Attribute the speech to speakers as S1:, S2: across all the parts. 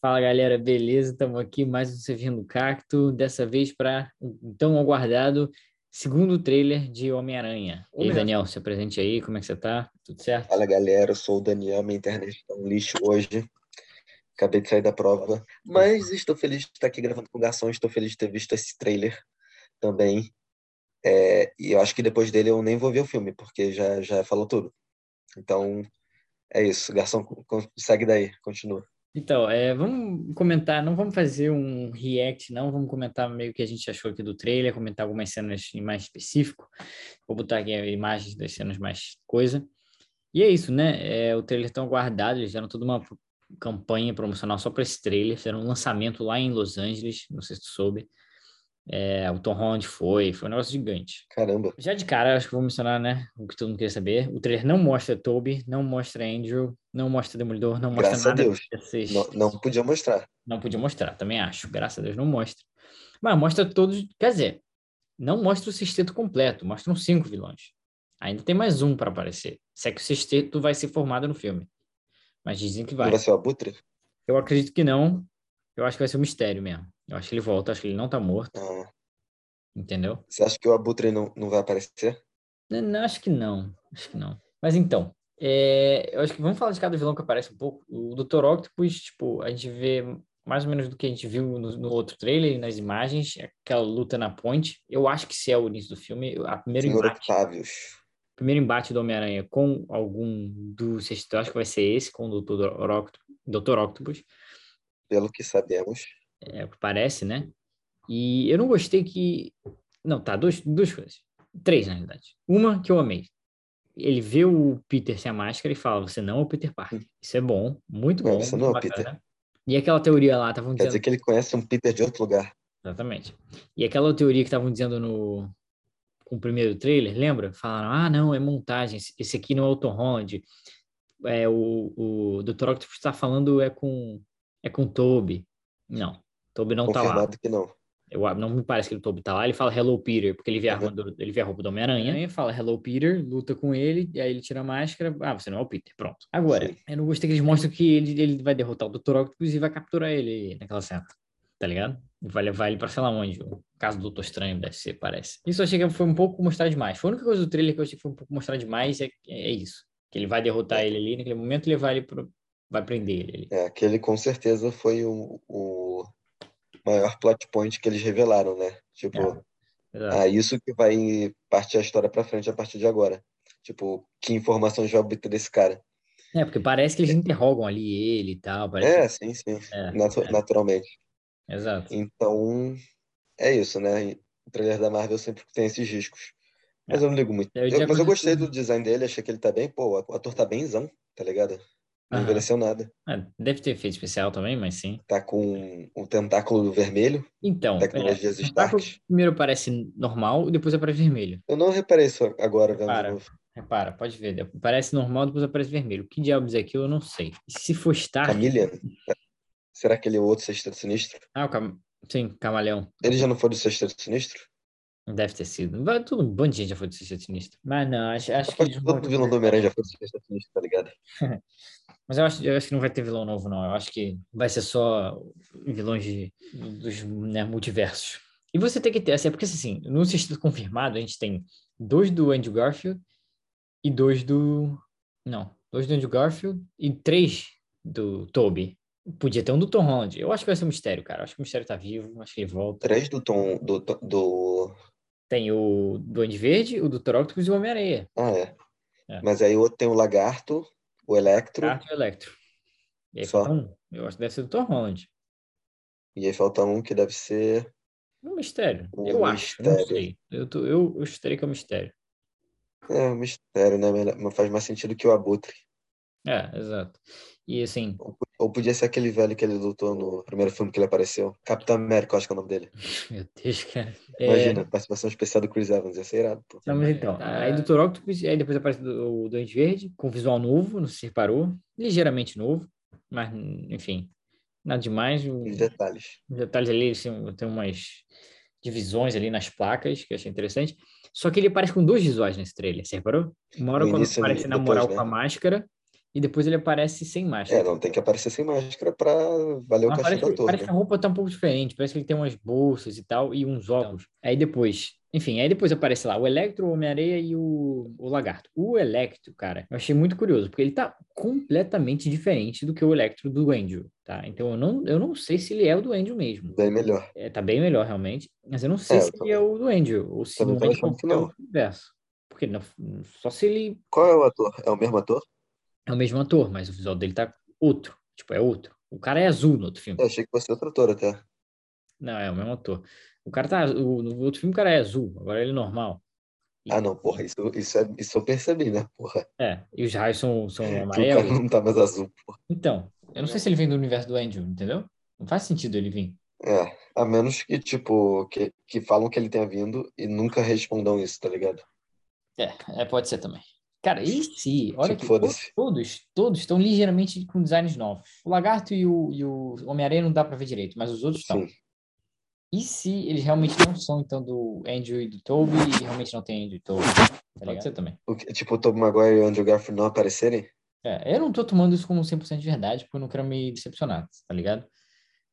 S1: Fala galera, beleza? Estamos aqui mais um Servindo Cacto, dessa vez para o tão aguardado segundo trailer de Homem-Aranha. E aí,
S2: Homem-Aranha.
S1: Daniel, se apresente aí, como é que você tá? Tudo certo?
S3: Fala galera, eu sou o Daniel, minha internet tá um lixo hoje. Acabei de sair da prova, mas estou feliz de estar aqui gravando com o Garçom, estou feliz de ter visto esse trailer também. É, e eu acho que depois dele eu nem vou ver o filme, porque já, já falou tudo. Então, é isso. Garçom, con- segue daí, continua.
S1: Então, é, vamos comentar, não vamos fazer um react, não, vamos comentar meio que a gente achou aqui do trailer, comentar algumas cenas em mais específico. Vou botar aqui imagens das cenas mais coisa. E é isso, né? É, o trailer tão aguardado, eles fizeram toda uma pro- campanha promocional só para esse trailer, fizeram um lançamento lá em Los Angeles, não sei se tu soube. É, o Tom Holland foi, foi um negócio gigante.
S3: Caramba,
S1: Já de cara, acho que vou mencionar, né? O que todo mundo queria saber. O trailer não mostra Toby, não mostra Andrew, não mostra Demolidor, não mostra
S3: Graças a
S1: nada
S3: Deus.
S1: desses-
S3: não, não podia mostrar.
S1: não podia mostrar, também acho. Graças a Deus não mostra. Mas mostra todos. Quer dizer, não mostra o sexteto completo, mostram cinco vilões. Ainda tem mais um para aparecer. Se é que o sexteto vai ser formado no filme. Mas dizem que
S3: Não
S1: vai.
S3: vai ser o Abutre?
S1: Eu acredito que não. Eu acho que vai ser um mistério mesmo. Eu acho que ele volta, acho que ele não tá morto,
S3: Ah,
S1: entendeu?
S3: você acha que o Abutre não, não vai aparecer?
S1: Não, Né, não, acho que não. Acho que não. Mas então, é, eu acho que vamos falar de cada vilão que aparece um pouco. O Dr. Octopus, tipo, a gente vê mais ou menos do que a gente viu no, no outro trailer e nas imagens, é aquela luta na ponte. Eu acho que se é o início do filme, a primeiro
S3: Senhor
S1: embate,
S3: Octavius.
S1: primeiro embate do Homem-Aranha com algum dos sexto, acho que vai ser esse com o Dr. Octopus, Dr. Octopus,
S3: Pelo que sabemos,
S1: é o que parece, né? E eu não gostei que não, tá, duas, duas coisas. Três, na realidade. Uma que eu amei. Ele vê o Peter sem a máscara e fala: Você não é o Peter Parker. Isso é bom, muito
S3: Não,
S1: bom.
S3: você
S1: muito
S3: não é o
S1: bacana. E aquela teoria lá, estavam
S3: quer
S1: dizendo.
S3: dizer que ele conhece um Peter de outro lugar.
S1: Exatamente. E aquela teoria que estavam dizendo no com o primeiro trailer, lembra? Falaram: Ah, não, é montagem. esse- Esse aqui não é o Tom Holland. É, o, o Dr. Octopus está falando é com é com o Toby. Não, Toby não tá lá.
S3: Confirmado que não.
S1: Eu, a- não me parece que ele Toby tá lá, ele fala Hello Peter, porque ele vê a,
S3: Uhum.
S1: armadura, ele vê a roupa do Homem-Aranha, e fala Hello Peter, luta com ele, e aí ele tira a máscara, ah, você não é o Peter, pronto. Agora,
S3: Sim.
S1: eu não gostei que eles mostram que ele, ele vai derrotar o Dr. Octopus e vai capturar ele naquela cena, tá ligado? E vai levar ele pra sei lá onde, o caso do Doutor Estranho deve ser, parece. Isso eu achei que foi um pouco mostrar demais, foi a única coisa do trailer que eu achei que foi um pouco mostrar demais, é, é isso, que ele vai derrotar ele ali naquele momento e levar ele pro... vai prender ele ali.
S3: É, aquele com certeza foi o, o maior plot point que eles revelaram, né?
S1: É,
S3: Tipo,
S1: Exato.
S3: ah, isso que vai partir a história pra frente a partir de agora. Tipo, que informações vai obter desse cara?
S1: É, porque parece que eles interrogam ali ele e tal, parece
S3: É, sim, sim,
S1: É,
S3: natu-
S1: é.
S3: naturalmente.
S1: Exato.
S3: Então, é isso, né? O trailer da Marvel sempre tem esses riscos. Mas eu não ligo muito.
S1: É. Eu um-
S3: Eu-
S1: já
S3: mas eu gostei
S1: aconteceu-
S3: do design dele, achei que ele tá bem. Pô, o ator tá benzão, tá ligado? Não
S1: Aham.
S3: envelheceu nada.
S1: Ah, deve ter efeito especial também, mas sim.
S3: Tá com o tentáculo vermelho,
S1: Então, é,
S3: tecnologias
S1: o
S3: Stark.
S1: tentáculo primeiro aparece normal, depois aparece vermelho.
S3: Eu não reparei isso agora, né, vendo
S1: Para.
S3: de novo.
S1: Repara, pode ver. de- Aparece normal, depois aparece vermelho. Que diabos é aquilo? Eu não sei. E se for Stark...
S3: Camillion? Será que ele é o outro Sexteto Sinistro?
S1: Ah, o cam... sim, camaleão.
S3: Ele já não foi do Sexteto Sinistro?
S1: Deve ter sido. Vai- Tudo, um monte de gente já foi do Sexteto Sinistro. Mas não, acho, acho que...
S3: Rapaz,
S1: eles não é vão
S3: todo vilão do Homem-Aranha já foi do Sexteto Sinistro, tá ligado?
S1: Mas eu acho, eu acho que não vai ter vilão novo, não. Eu acho que vai ser só vilões de- dos né, multiversos. E você tem que ter, assim, é porque assim, no sentido confirmado, a gente tem dois do Andrew Garfield e dois do. Não, dois do Andrew Garfield e três do Toby. Podia ter um do Tom Holland. Eu acho que vai ser um mistério, cara. Eu acho que o mistério tá vivo, acho que ele volta.
S3: Três do Tom... Do, do...
S1: Tem o Duende Verde, o Dr. Octopus e o Homem-Aranha.
S3: Ah, é.
S1: É.
S3: Mas aí o outro tem o Lagarto, o Electro,
S1: Tá? E o Electro. E aí,
S3: Só.
S1: falta um. Eu acho que deve ser do Tom Holland.
S3: e aí falta um que deve ser...
S1: Um mistério.
S3: Um
S1: eu acho, não
S3: mistério.
S1: sei. Eu, tô, eu, eu chutaria que é um mistério.
S3: É, um mistério, né? Melhor- Mas faz mais sentido que o Abutre.
S1: É, exato. E assim,
S3: Ou podia ser aquele velho que ele lutou no primeiro filme que ele apareceu. Capitão América, eu acho que é o nome dele.
S1: meu Deus, cara. É,
S3: Imagina, participação especial do Chris Evans. Ia ser irado, pô.
S1: não, mas então, aí Dr. Octopus, aí depois aparece o Duende Verde, com visual novo, não se reparou. Ligeiramente novo, mas enfim, nada demais. O-
S3: Os detalhes.
S1: Os detalhes ali, assim, tem umas divisões ali nas placas, que eu achei interessante. Só que ele aparece com dois visuais nesse trailer, você reparou? Uma hora
S3: No
S1: quando
S3: início e
S1: aparece na
S3: depois,
S1: moral
S3: né?
S1: com a máscara, e depois ele aparece sem máscara.
S3: É, não, tem que aparecer sem máscara pra valer o
S1: Mas
S3: cachê
S1: parece,
S3: do ator.
S1: parece
S3: né?
S1: que a roupa tá um pouco diferente, parece que ele tem umas bolsas e tal, e uns óculos. Aí depois, enfim, aí depois aparece lá o Electro, o Homem-Areia e o, o Lagarto. O Electro, cara, eu achei muito curioso, porque ele tá completamente diferente do que o Electro do Andrew, tá? Então eu não, eu não sei se ele é o do Andrew mesmo.
S3: Bem melhor.
S1: É, tá bem melhor, realmente, mas eu não sei
S3: É, eu
S1: se ele
S3: também-
S1: é o do Andrew, ou se
S3: também
S1: não
S3: tô
S1: é o
S3: achando que
S1: qualquer
S3: não.
S1: outro universo. Porque não, só se ele
S3: Qual é o ator? É o mesmo ator?
S1: é o mesmo ator, mas o visual dele tá outro, tipo, é outro. O cara é azul no outro filme.
S3: Eu achei que fosse outro ator até.
S1: Não, é o mesmo ator. O cara tá. O, no outro filme o cara é azul, agora ele é normal.
S3: Ah, não, porra, isso, isso, é- isso eu percebi, né, porra?
S1: É, e os raios são, são
S3: Que o cara
S1: amarelos.
S3: não tá mais azul.
S1: Então, eu não sei se ele vem do universo do Andrew, entendeu? Não faz sentido ele vir.
S3: É, a menos que, tipo, que, que falam que ele tenha vindo e nunca respondam isso, tá ligado?
S1: É, é, pode ser também. Cara, e se? Olha
S3: Tipo,
S1: que
S3: foda-se.
S1: todos, todos estão ligeiramente com designs novos. O Lagarto e o, e o Homem-Aranha não dá pra ver direito, mas os outros estão.
S3: Sim.
S1: E se eles realmente não são, então, do Andrew e do Toby, e realmente não tem Andrew e Toby? Tá ligado? ser também.
S3: O que- tipo, o Tobey Maguire e o Andrew Garfield não aparecerem?
S1: É, eu não tô tomando isso como 100% de verdade, porque eu não quero me decepcionar, tá ligado?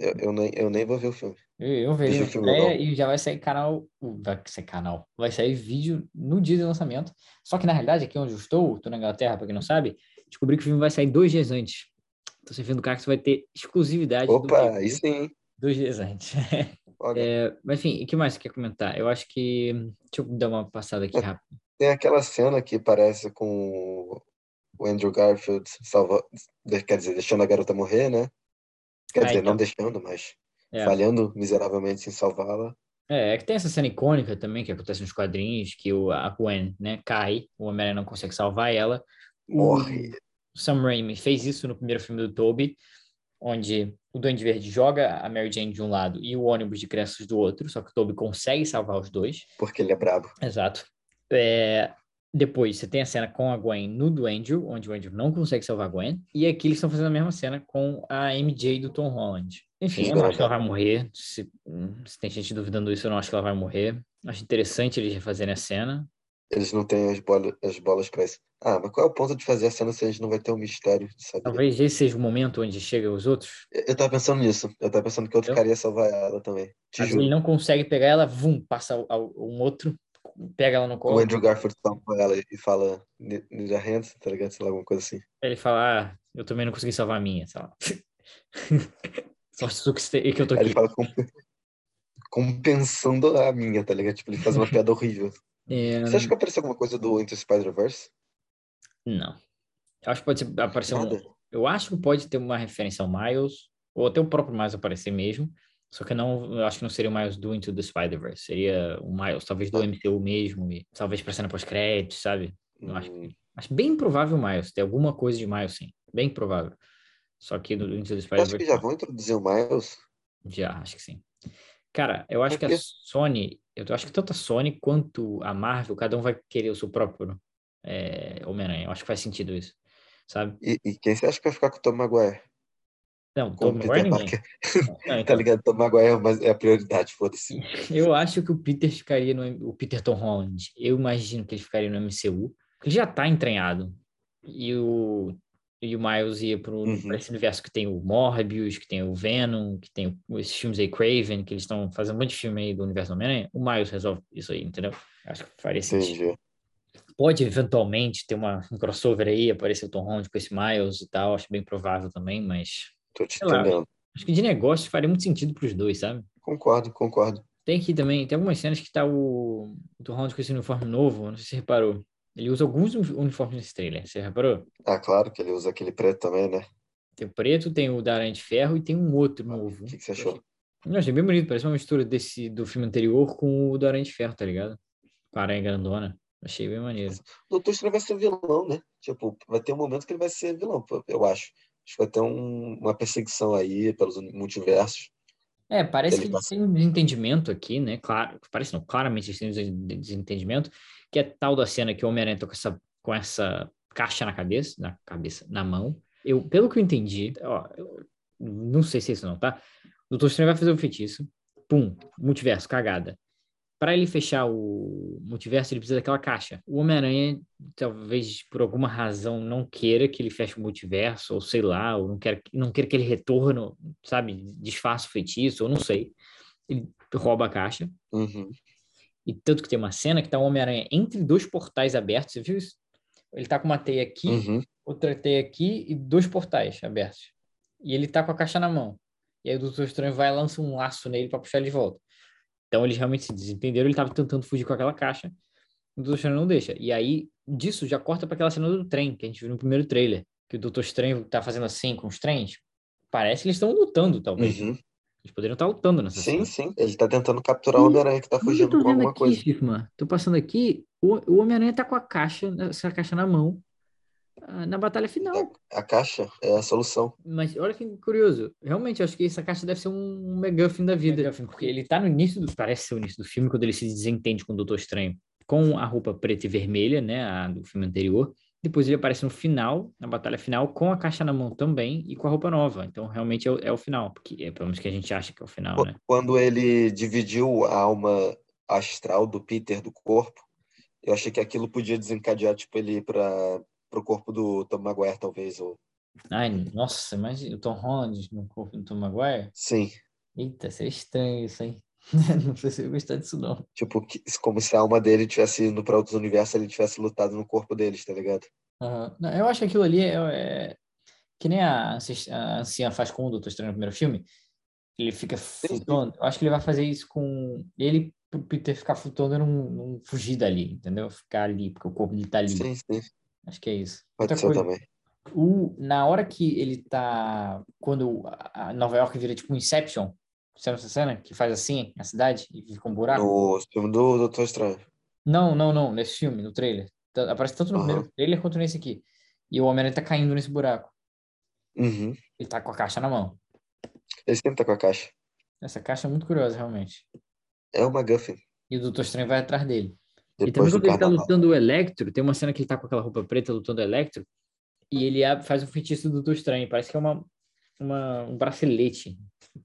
S3: Eu, eu, nem, eu nem vou ver o filme.
S1: Eu, eu vejo
S3: Deixa
S1: a
S3: eu filmar,
S1: estreia e já vai sair canal. uh, Vai sair canal. Vai sair vídeo no dia do lançamento. Só que na realidade, aqui onde eu estou, estou na Inglaterra, pra quem não sabe, descobri que o filme vai sair dois dias antes. Tô servindo o cara que vai ter exclusividade do
S3: Opa,
S1: vídeo
S3: aí sim, hein?
S1: dois dias antes.
S3: Olha,
S1: Mas enfim, o que mais você quer comentar? Eu acho que. Deixa eu dar uma passada aqui rápido.
S3: tem aquela cena que parece com o Andrew Garfield salva, de- quer dizer, deixando a garota morrer, né? Quer
S1: Ah,
S3: dizer,
S1: então.
S3: não deixando, mas
S1: É.
S3: falhando miseravelmente em salvá-la.
S1: É, é que tem essa cena icônica também que acontece nos quadrinhos, que o, a Gwen, né, cai, o Homem-Aranha não consegue salvar ela. O-
S3: Morre.
S1: O Sam Raimi fez isso no primeiro filme do Toby, onde o Duende Verde joga a Mary Jane de um lado e o ônibus de crianças do outro, só que o Toby consegue salvar os dois.
S3: Porque ele é brabo.
S1: Exato. É, depois você tem a cena com a Gwen no do Andrew, onde o Andrew não consegue salvar a Gwen. E aqui eles estão fazendo a mesma cena com a MJ do Tom Holland. Enfim, eu não acho que ela vai morrer. Se, hum, se tem gente duvidando disso, eu não acho que ela vai morrer. Acho interessante eles refazerem a cena.
S3: Eles não têm as, bola, as bolas pra isso. Ah, mas qual é o ponto de fazer a cena se a gente não vai ter um mistério, sabe?
S1: Talvez esse seja o momento onde chegam os outros.
S3: Eu, eu tava pensando nisso. Eu tava pensando que outro
S1: Eu? Assim,
S3: cara ia salvar ela também. Te
S1: Mas
S3: juro.
S1: ele não consegue pegar ela, vum, passa ao- ao- um outro, pega ela no
S3: O
S1: colo.
S3: Andrew Garfield salva ela e fala "Ni- Ninja Hands, tá ligado? Sei lá, alguma coisa assim.
S1: Ele fala, ah, eu também não consegui salvar a minha, sei lá. Só isso que você- que eu tô
S3: Aí
S1: aqui.
S3: ele fala com- compensando a minha, tá ligado? Tipo, ele faz uma piada horrível.
S1: É,
S3: Você acha que apareceu alguma coisa do Into the Spider-Verse?
S1: Não. Eu acho que pode ser- aparecer um.
S3: Nada?
S1: Eu acho que pode ter uma referência ao Miles, ou até o próprio Miles aparecer mesmo. Só que não, eu acho que não seria o Miles do Into the Spider-Verse. Seria o Miles, talvez do MCU mesmo, e talvez pra cena pós-crédito, sabe? Não um- acho
S3: Hum,
S1: Mas bem provável o Miles. Tem alguma coisa de Miles, sim. Bem provável. Só que do Into the
S3: acho que
S1: Spider-Verse.
S3: já vão introduzir o Miles.
S1: Já, acho que sim. Cara, eu acho que a
S3: Porque-
S1: Sony, eu acho que tanto a Sony quanto a Marvel, cada um vai querer o seu próprio é, Homem-Aranha. Eu acho que faz sentido isso, sabe?
S3: E, e quem você acha que vai ficar com o Tom Maguire?
S1: Não,
S3: Com
S1: Tom
S3: o
S1: Maguire
S3: Peter
S1: ninguém.
S3: Parker?
S1: Não,
S3: Tá
S1: então,
S3: ligado? Tom Maguire é o mais- é a prioridade, foda-se.
S1: eu acho que o Peter ficaria no o Peter Tom Holland. Eu imagino que ele ficaria no MCU. Ele já tá entranhado. E o e o Miles ia pro
S3: Uhum.
S1: pra esse universo que tem o Morbius, que tem o Venom, que tem o- esses filmes aí Craven, que eles estão fazendo um monte de filme aí do universo do Homem-Aranha. O Miles resolve isso aí, entendeu? Acho que faria sentido.
S3: Entendi.
S1: pode eventualmente ter uma, um crossover aí, aparecer o Tom Holland com esse Miles e tal, acho bem provável também, mas
S3: Tô te
S1: Sei lá.
S3: entendendo.
S1: acho que de negócio faria muito sentido pros dois, sabe?
S3: Concordo, concordo.
S1: Tem aqui também, tem algumas cenas que tá o, o Tom Holland com esse uniforme novo, não sei se você reparou. Ele usa alguns uni- uniformes nesse trailer, você reparou?
S3: Ah, claro que ele usa aquele preto também, né?
S1: Tem o preto, tem o da Aranha de Ferro e tem um outro novo.
S3: O que, que você achou?
S1: Eu achei bem bonito, parece uma mistura desse do filme anterior com o da Aranha de Ferro, tá ligado? Com a Aranha Grandona. Achei bem maneiro.
S3: Doutor Estranho vai ser vilão, né? Tipo, vai ter um momento que ele vai ser vilão, pô, eu acho. Acho que vai ter um- uma perseguição aí pelos uni- multiversos.
S1: É, parece
S3: Ele
S1: que
S3: tá
S1: eles têm um desentendimento aqui, né? Claro, parece não, claramente eles têm um desen- desentendimento, que é tal da cena que o Homem-Aranha tá com essa, com essa caixa na cabeça, na cabeça, na mão. Eu, pelo que eu entendi, ó, eu não sei se é isso não, tá? O Doutor Estranho vai fazer o feitiço, pum, multiverso, cagada. para ele fechar o multiverso, ele precisa daquela caixa. O Homem-Aranha, talvez por alguma razão, não queira que ele feche o multiverso, ou sei lá, ou não quer, não quer que ele retorno, sabe, disfarce o feitiço, ou não sei. Ele rouba a caixa.
S3: Uhum.
S1: E tanto que tem uma cena que tá o Homem-Aranha entre dois portais abertos, você viu isso? Ele tá com uma teia aqui,
S3: Uhum.
S1: outra teia aqui e dois portais abertos. E ele tá com a caixa na mão. E aí o Doutor Estranho vai e lança um laço nele para puxar ele de volta. Então eles realmente se desentenderam, ele tava tentando fugir com aquela caixa. O Doutor Estranho não deixa. E aí disso já corta para aquela cena do trem que a gente viu no primeiro trailer, que o Doutor Estranho tá fazendo assim com os trens. Parece que eles estão lutando, talvez.
S3: Uhum.
S1: Eles poderiam estar lutando nessa cena.
S3: Sim, sim. Ele tá tentando capturar o
S1: assim. Ih,
S3: Homem-Aranha que tá
S1: Mas eu
S3: fugindo
S1: tô
S3: com
S1: vendo
S3: alguma
S1: aqui,
S3: coisa.
S1: Chifma, tô passando aqui, o, o Homem-Aranha tá com a caixa, essa caixa na mão, ah, na batalha
S3: tá
S1: final.
S3: A caixa é a solução.
S1: Mas olha que curioso, realmente eu acho que essa caixa deve ser um McGuffin da vida. porque ele tá no início do, parece ser o início do filme, quando ele se desentende com o Doutor Estranho, com a roupa preta e vermelha, né, a do filme anterior. Depois ele aparece no final, na batalha final, com a caixa na mão também e com a roupa nova. Então realmente é o, é o final, porque é pelo menos que a gente acha que é o final, né?
S3: Quando ele dividiu a alma astral do Peter do corpo, eu achei que aquilo podia desencadear, tipo, ele ir para pro corpo do Tom Maguire, talvez. Ou...
S1: Ai, nossa, mas o Tom Holland no corpo do Tom Maguire?
S3: Sim.
S1: Eita, seria estranho isso, hein? Não sei se eu ia gostar disso, não.
S3: Tipo, que- como se a alma dele tivesse indo para outros universos, ele tivesse lutado no corpo deles, tá ligado?
S1: Aham. Não, Eu acho que aquilo ali é, é- que nem a, anci- a anciã faz com o Doutor Estranho no primeiro filme. Ele fica flutuando. Eu acho que ele vai fazer isso com ele, pro Peter ficar flutuando e não, não fugir dali, entendeu? Ficar ali, porque o corpo dele tá ali.
S3: Sim, sim.
S1: Acho que é isso.
S3: Pode
S1: Outra
S3: ser
S1: coisa,
S3: também.
S1: o, na hora que ele tá. Quando a a Nova York vira tipo um Inception, sabe essa cena? Que faz assim, a cidade, e fica um buraco.
S3: No filme do Doutor Estranho.
S1: Não, não, não, nesse filme, no trailer. Tá- Aparece tanto no
S3: Aham.
S1: primeiro trailer quanto nesse aqui. E o Homem-Aranha tá caindo nesse buraco.
S3: Uhum.
S1: Ele tá com a caixa na mão.
S3: Ele sempre tá com a caixa.
S1: Essa caixa é muito curiosa, realmente.
S3: É uma Guffin.
S1: E o Doutor Estranho vai atrás dele. E também
S3: Depois
S1: quando
S3: do
S1: ele tá
S3: carnaval.
S1: lutando o Electro, tem uma cena que ele tá com aquela roupa preta lutando o Electro, e ele abre- faz um feitiço do Doutor Estranho. Parece que é uma, uma- um bracelete.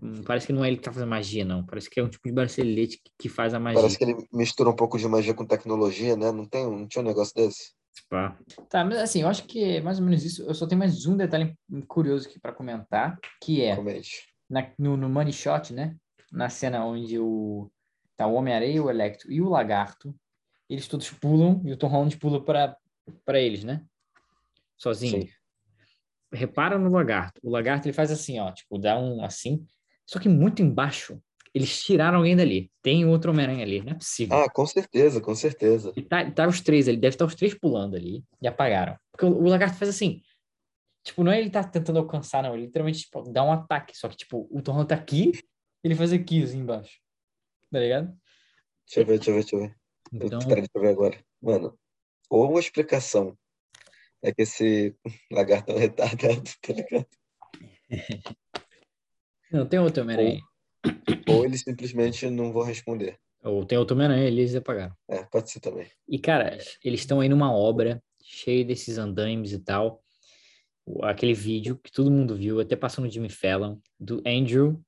S1: Hum, Parece que não é ele que tá fazendo magia, não. Parece que é um tipo de bracelete que, que faz a magia.
S3: Parece que ele mistura um pouco de magia com tecnologia, né? Não, tem, não tinha um negócio desse?
S1: Pá. Tá, mas assim, eu acho que é mais ou menos isso. Eu só tenho mais um detalhe curioso aqui pra comentar, que é...
S3: Comente.
S1: na- no, no money shot, né? Na cena onde o tá o Homem-Aranha, o Electro e o Lagarto, eles todos pulam e o Tom Holland pula para para eles, né? Sozinho.
S3: Sim.
S1: Repara no Lagarto. O Lagarto ele faz assim, ó, tipo, dá um assim, só que muito embaixo. Eles tiraram alguém dali. Tem outro Homem-Aranha ali, não é possível.
S3: Ah, com certeza, com certeza.
S1: E tá, tá os três ali, deve estar os três pulando ali e apagaram. Porque o, o lagarto faz assim. Tipo, não é ele tá tentando alcançar, não. Ele literalmente tipo, dá um ataque. Só que, tipo, o Tom Holland tá aqui, ele faz aqui assim embaixo. Tá ligado?
S3: Deixa eu ver, deixa eu ver, deixa eu ver.
S1: Então,
S3: Peraí, Deixa eu ver agora. Mano, ou uma explicação é que esse lagarto é um retardado, tá ligado?
S1: não, tem outro Homem-Aranha.
S3: Ou ele simplesmente não vou responder.
S1: Ou tem outro Homem-Aranha, eles apagaram.
S3: É, pode ser também.
S1: E, cara, eles estão aí numa obra cheia desses andaimes e tal. O- Aquele vídeo que todo mundo viu, até passou no Jimmy Fallon, do Andrew.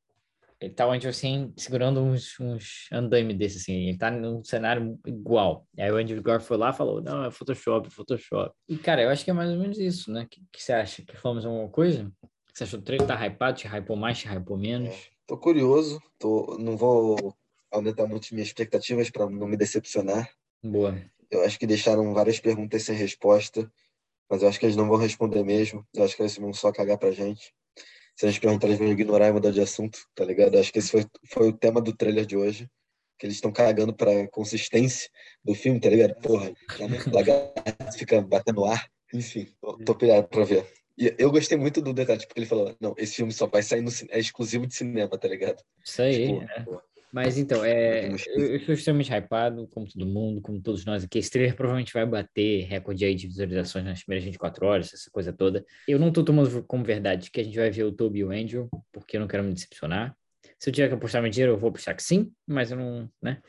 S1: Ele tá o Andrew assim, segurando uns, uns andaime desse, assim. Ele tá num cenário igual. Aí o Andrew Gar foi lá e falou: Não, é Photoshop, Photoshop. E, cara, eu acho que é mais ou menos isso, né? O que, que você acha? Que falamos alguma coisa? Você achou três? Tá hypado? Te hypou mais? Te hypou menos?
S3: Tô curioso, tô, não vou aumentar muito minhas expectativas para não me decepcionar.
S1: Boa.
S3: Eu acho que deixaram várias perguntas sem resposta, mas eu acho que eles não vão responder mesmo. Eu acho que eles vão só cagar pra gente. Se a gente perguntar, eles vão ignorar e mudar de assunto, tá ligado? Eu acho que esse foi, foi o tema do trailer de hoje. Que eles estão cagando pra consistência do filme, tá ligado? Porra, o lagarto fica batendo no ar. Enfim, tô, tô pilhado pra ver. E eu gostei muito do detalhe, porque ele falou: não, esse filme só vai sair no cinema, é exclusivo de cinema, tá ligado?
S1: Isso aí. é.
S3: Tipo,
S1: Mas então, é,
S3: Muito
S1: eu, eu sou extremamente hypado, como todo mundo, como todos nós aqui. Esse trailer provavelmente vai bater recorde aí de visualizações nas primeiras 24 horas, essa coisa toda. Eu não tô tomando como verdade que a gente vai ver o Toby e o Andrew, porque eu não quero me decepcionar. Se eu tiver que apostar meu dinheiro, eu vou apostar que sim, mas eu não, né?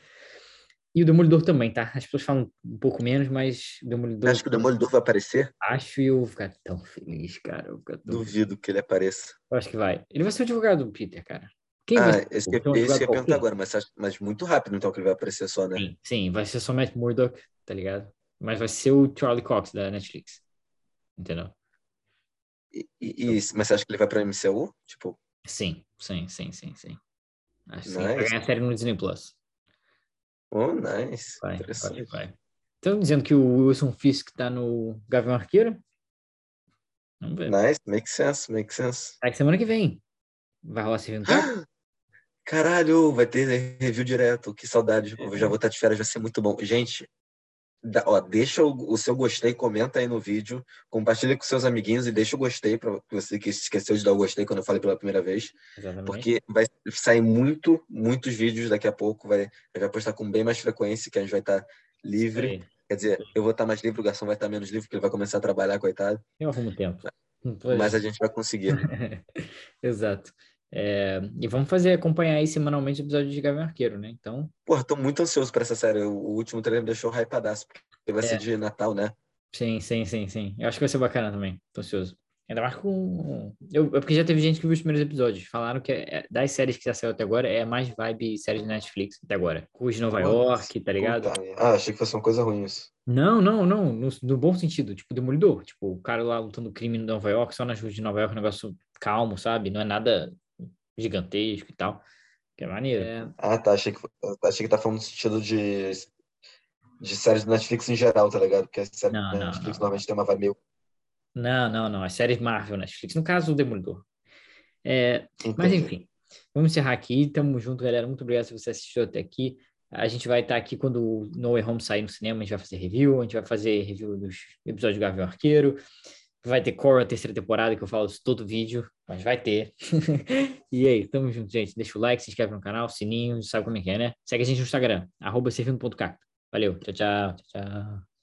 S1: E o Demolidor também, tá? As pessoas falam um pouco menos, mas o Demolidor
S3: Acho que o Demolidor vai aparecer?
S1: acho e eu vou ficar tão feliz, cara. Eu, vou ficar tão...
S3: Duvido que ele apareça.
S1: eu acho que vai. Ele vai ser o advogado do Peter, cara. Quem vai
S3: Ah,
S1: ser?
S3: esse que
S1: Tem um jogador
S3: esse que eu ia perguntar
S1: qualquer?
S3: agora, mas, acho- mas muito rápido então que ele vai aparecer só, né?
S1: Sim, sim, vai ser só Matt Murdock, tá ligado? Mas vai ser o Charlie Cox da Netflix. Entendeu?
S3: E, e- e- mas você acha que ele vai pra MCU? Tipo,
S1: Sim, sim, sim, sim, sim. Acho que sim.
S3: Nice.
S1: Vai ganhar a série no Disney Plus.
S3: oh, nice.
S1: Vai,
S3: Interessante.
S1: vai, vai. Estão dizendo que o Wilson Fisk tá no Gavião Arqueiro? Vamos ver.
S3: Nice, make sense, make sense.
S1: Será que semana que vem vai rolar esse evento?
S3: Caralho, vai ter review direto, que saudade.
S1: É.
S3: Eu já vou estar de férias, vai ser muito bom. Gente, dá- ó, deixa o, o seu gostei, comenta aí no vídeo, compartilha com seus amiguinhos e deixa o gostei para você que esqueceu de dar o gostei quando eu falei pela primeira vez.
S1: Exatamente.
S3: Porque vai sair muito, muitos vídeos daqui a pouco. Vai, eu já postar com bem mais frequência, que a gente vai estar livre.
S1: Peraí,
S3: Quer dizer, eu vou estar mais livre, o garçom vai estar menos livre, porque ele vai começar a trabalhar, coitado.
S1: Eu arrumo tempo.
S3: Mas a gente vai conseguir.
S1: Exato. É, e vamos fazer, acompanhar aí semanalmente o episódio de Gavião Arqueiro, né? Então,
S3: Porra, tô muito ansioso pra essa série. O o último trailer me deixou hypadaço, porque vai
S1: É.
S3: ser de Natal, né?
S1: sim, sim, sim, sim. Eu acho que vai ser bacana também. Tô ansioso. Ainda mais com. Eu, é porque já teve gente que viu os primeiros episódios. Falaram que é- das séries que já saiu até agora, é a mais vibe série de Netflix até agora. Cruz de Nova
S3: Nossa,
S1: York, tá ligado?
S3: Puta, né? ah, achei que fosse uma coisa ruim isso.
S1: Não, não, não. No, no bom sentido. Tipo, Demolidor. Tipo, o cara lá lutando crime em Nova York, só nas ruas de Nova York, um negócio calmo, sabe? Não é nada gigantesco e tal. Que é maneiro. É,
S3: Ah, tá. Achei que, achei que tá falando no sentido de, de séries do Netflix em geral, tá ligado? Porque as séries
S1: Não,
S3: do
S1: não,
S3: Netflix
S1: não.
S3: normalmente tem uma vibe meio.
S1: Não, não, não. As séries Marvel, Netflix. No caso, o Demolidor. É, mas
S3: Entendi.
S1: enfim, vamos encerrar aqui. Tamo junto, galera. Muito obrigado se você assistiu até aqui. A gente vai estar aqui quando o No Way Home sair no cinema. A gente vai fazer review. A gente vai fazer review dos episódios do Gavião Arqueiro. Vai ter Cora, a terceira temporada, que eu falo isso todo vídeo. Mas vai ter. e aí, tamo junto, gente. Deixa o like, se inscreve no canal, sininho. Sabe como é que é, né? Segue a gente no Instagram, arroba servindo.cacto. Valeu. Tchau, tchau. Tchau, tchau.